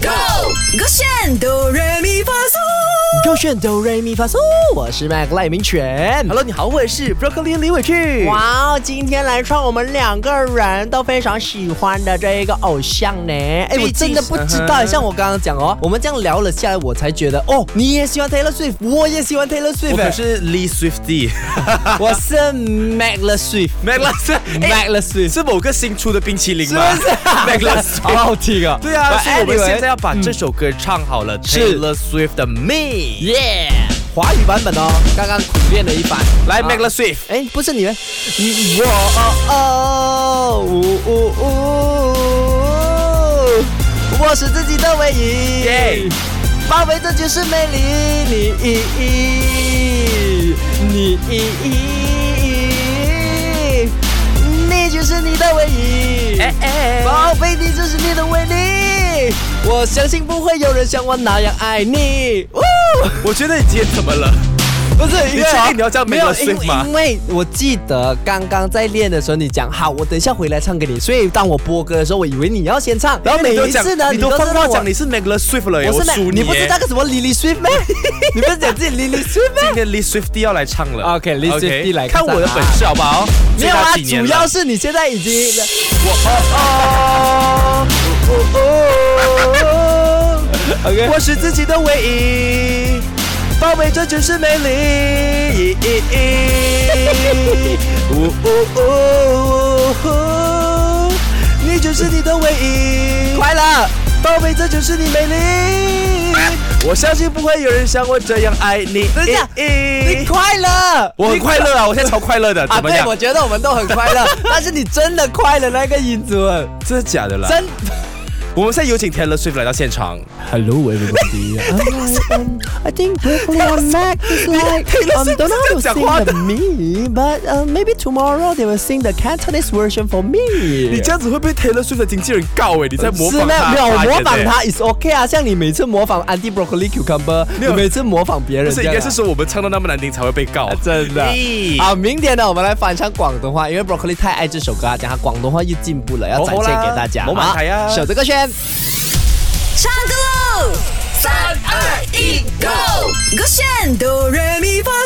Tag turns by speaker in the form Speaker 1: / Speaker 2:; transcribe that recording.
Speaker 1: Go 选哆来咪发嗦，
Speaker 2: 勾选哆瑞咪发嗦，我是麦克赖明全。
Speaker 3: Hello，你好，我是 Broccoli 李伟俊。
Speaker 2: 哇哦，今天来唱我们两个人都非常喜欢的这一个偶像呢。哎，我
Speaker 3: 毕
Speaker 2: 真
Speaker 3: 竟
Speaker 2: 的不知
Speaker 3: 嗯
Speaker 2: 道，
Speaker 3: 哼
Speaker 2: 像我刚刚讲哦，我们这样聊了下来，我才觉得哦，你也喜欢 Taylor Swift，我也喜欢 Taylor
Speaker 3: 我
Speaker 2: Swift，
Speaker 3: 可是 Lee Swifty，
Speaker 2: 我是 Taylor Swift，Taylor
Speaker 3: 麦克是哎
Speaker 2: Swift，
Speaker 3: 是某个新出的冰淇淋
Speaker 2: 是
Speaker 3: 吗？
Speaker 2: 不是？
Speaker 3: 麦克斯
Speaker 2: 好好听啊！
Speaker 3: 对啊，
Speaker 2: But
Speaker 3: 所以我们
Speaker 2: anyway，
Speaker 3: 现在要把这首歌唱好了。
Speaker 2: 是
Speaker 3: Taylor Swift 的 Me，
Speaker 2: 耶华语版本哦，刚刚苦练了一版。
Speaker 3: 来
Speaker 2: 啊
Speaker 3: Taylor Swift。
Speaker 2: 哎，不是你们，你我哦哦，呜呜呜，我是自己的唯一，
Speaker 3: 耶
Speaker 2: 包围这就是美丽，你你你就是你的唯一，
Speaker 3: 哎哎，
Speaker 2: 宝贝，你就是你的唯一，我相信不会有人像我那样爱你。呜
Speaker 3: 我觉得你今天怎么了？
Speaker 2: 不是，因为
Speaker 3: 确
Speaker 2: 啊
Speaker 3: 定你要叫
Speaker 2: 没有
Speaker 3: Taylor Swift
Speaker 2: 因为
Speaker 3: 吗
Speaker 2: 因为我记得刚刚在练的时候，你讲好，我等一下回来唱给你。所以当我播歌的时候，我以为你要先唱，然后每
Speaker 3: 你都
Speaker 2: 一
Speaker 3: 讲
Speaker 2: 次呢，
Speaker 3: 你都
Speaker 2: 是
Speaker 3: 放话
Speaker 2: 让我
Speaker 3: 讲你是 Taylor Swift 了耶，
Speaker 2: 我
Speaker 3: 我
Speaker 2: 是
Speaker 3: 输
Speaker 2: 你
Speaker 3: 你
Speaker 2: 不是
Speaker 3: 耶
Speaker 2: 那个什么 Lily Swift 吗？你不是讲自己 Lily Swift 吗？
Speaker 3: 今天 Lee Swifty 要来唱了
Speaker 2: OK，Lee
Speaker 3: OK，
Speaker 2: Swifty 来
Speaker 3: 看
Speaker 2: 看
Speaker 3: 我的
Speaker 2: 啊
Speaker 3: 本事好不好？
Speaker 2: 没有啊，
Speaker 3: 最大几年
Speaker 2: 主
Speaker 3: 了
Speaker 2: 要是你现在已经，OK，
Speaker 3: 我是自己的唯一，宝贝，这就是美丽。呜呜呜，你就是你的唯一，
Speaker 2: 快了。
Speaker 3: 宝贝，这就是你美丽。我相信不会有人像我这样爱你。
Speaker 2: 等一下你快乐，
Speaker 3: 我很快乐啊，我现在超快乐的，
Speaker 2: 啊！
Speaker 3: 怎么
Speaker 2: 对，
Speaker 3: 样
Speaker 2: 我？觉得我们都很快乐，但是你真的快乐那个音 准，
Speaker 3: 真的假的啦？
Speaker 2: 真。
Speaker 3: 我们现在有请 Taylor Swift 来到现场。
Speaker 2: Hello everybody. um, I think hopefully on Mac is like
Speaker 3: Taylor
Speaker 2: um,
Speaker 3: Swift
Speaker 2: don't know how to
Speaker 3: 是这
Speaker 2: sing
Speaker 3: 样讲话
Speaker 2: the me, but uh, maybe tomorrow they will sing the Cantonese version for me.
Speaker 3: 你这样子会被 Taylor Swift 的经纪人告哎！你在模
Speaker 2: 是
Speaker 3: 仿
Speaker 2: 没有
Speaker 3: 他，
Speaker 2: 没有，我
Speaker 3: 发言
Speaker 2: 模仿
Speaker 3: 欸
Speaker 2: 他 is OK 啊，像你每次模仿 Andy Broccoli Cucumber，
Speaker 3: 没有
Speaker 2: 你每次模仿别人
Speaker 3: 不是
Speaker 2: 这
Speaker 3: 应
Speaker 2: 样啊，
Speaker 3: 该是说我们唱到那么难听才会被告？哎
Speaker 2: 真的。
Speaker 3: 咦
Speaker 2: 好，明天呢，我们来翻唱广东话，因为 Broccoli 太爱这首歌啊，讲他广东话又进步了，要展
Speaker 3: 好
Speaker 2: 现
Speaker 3: 啦
Speaker 2: 给大家。
Speaker 3: 冇問題啊
Speaker 2: 好守这个圈。
Speaker 1: 唱歌喽！三二一 Go 选哆来咪发嗦。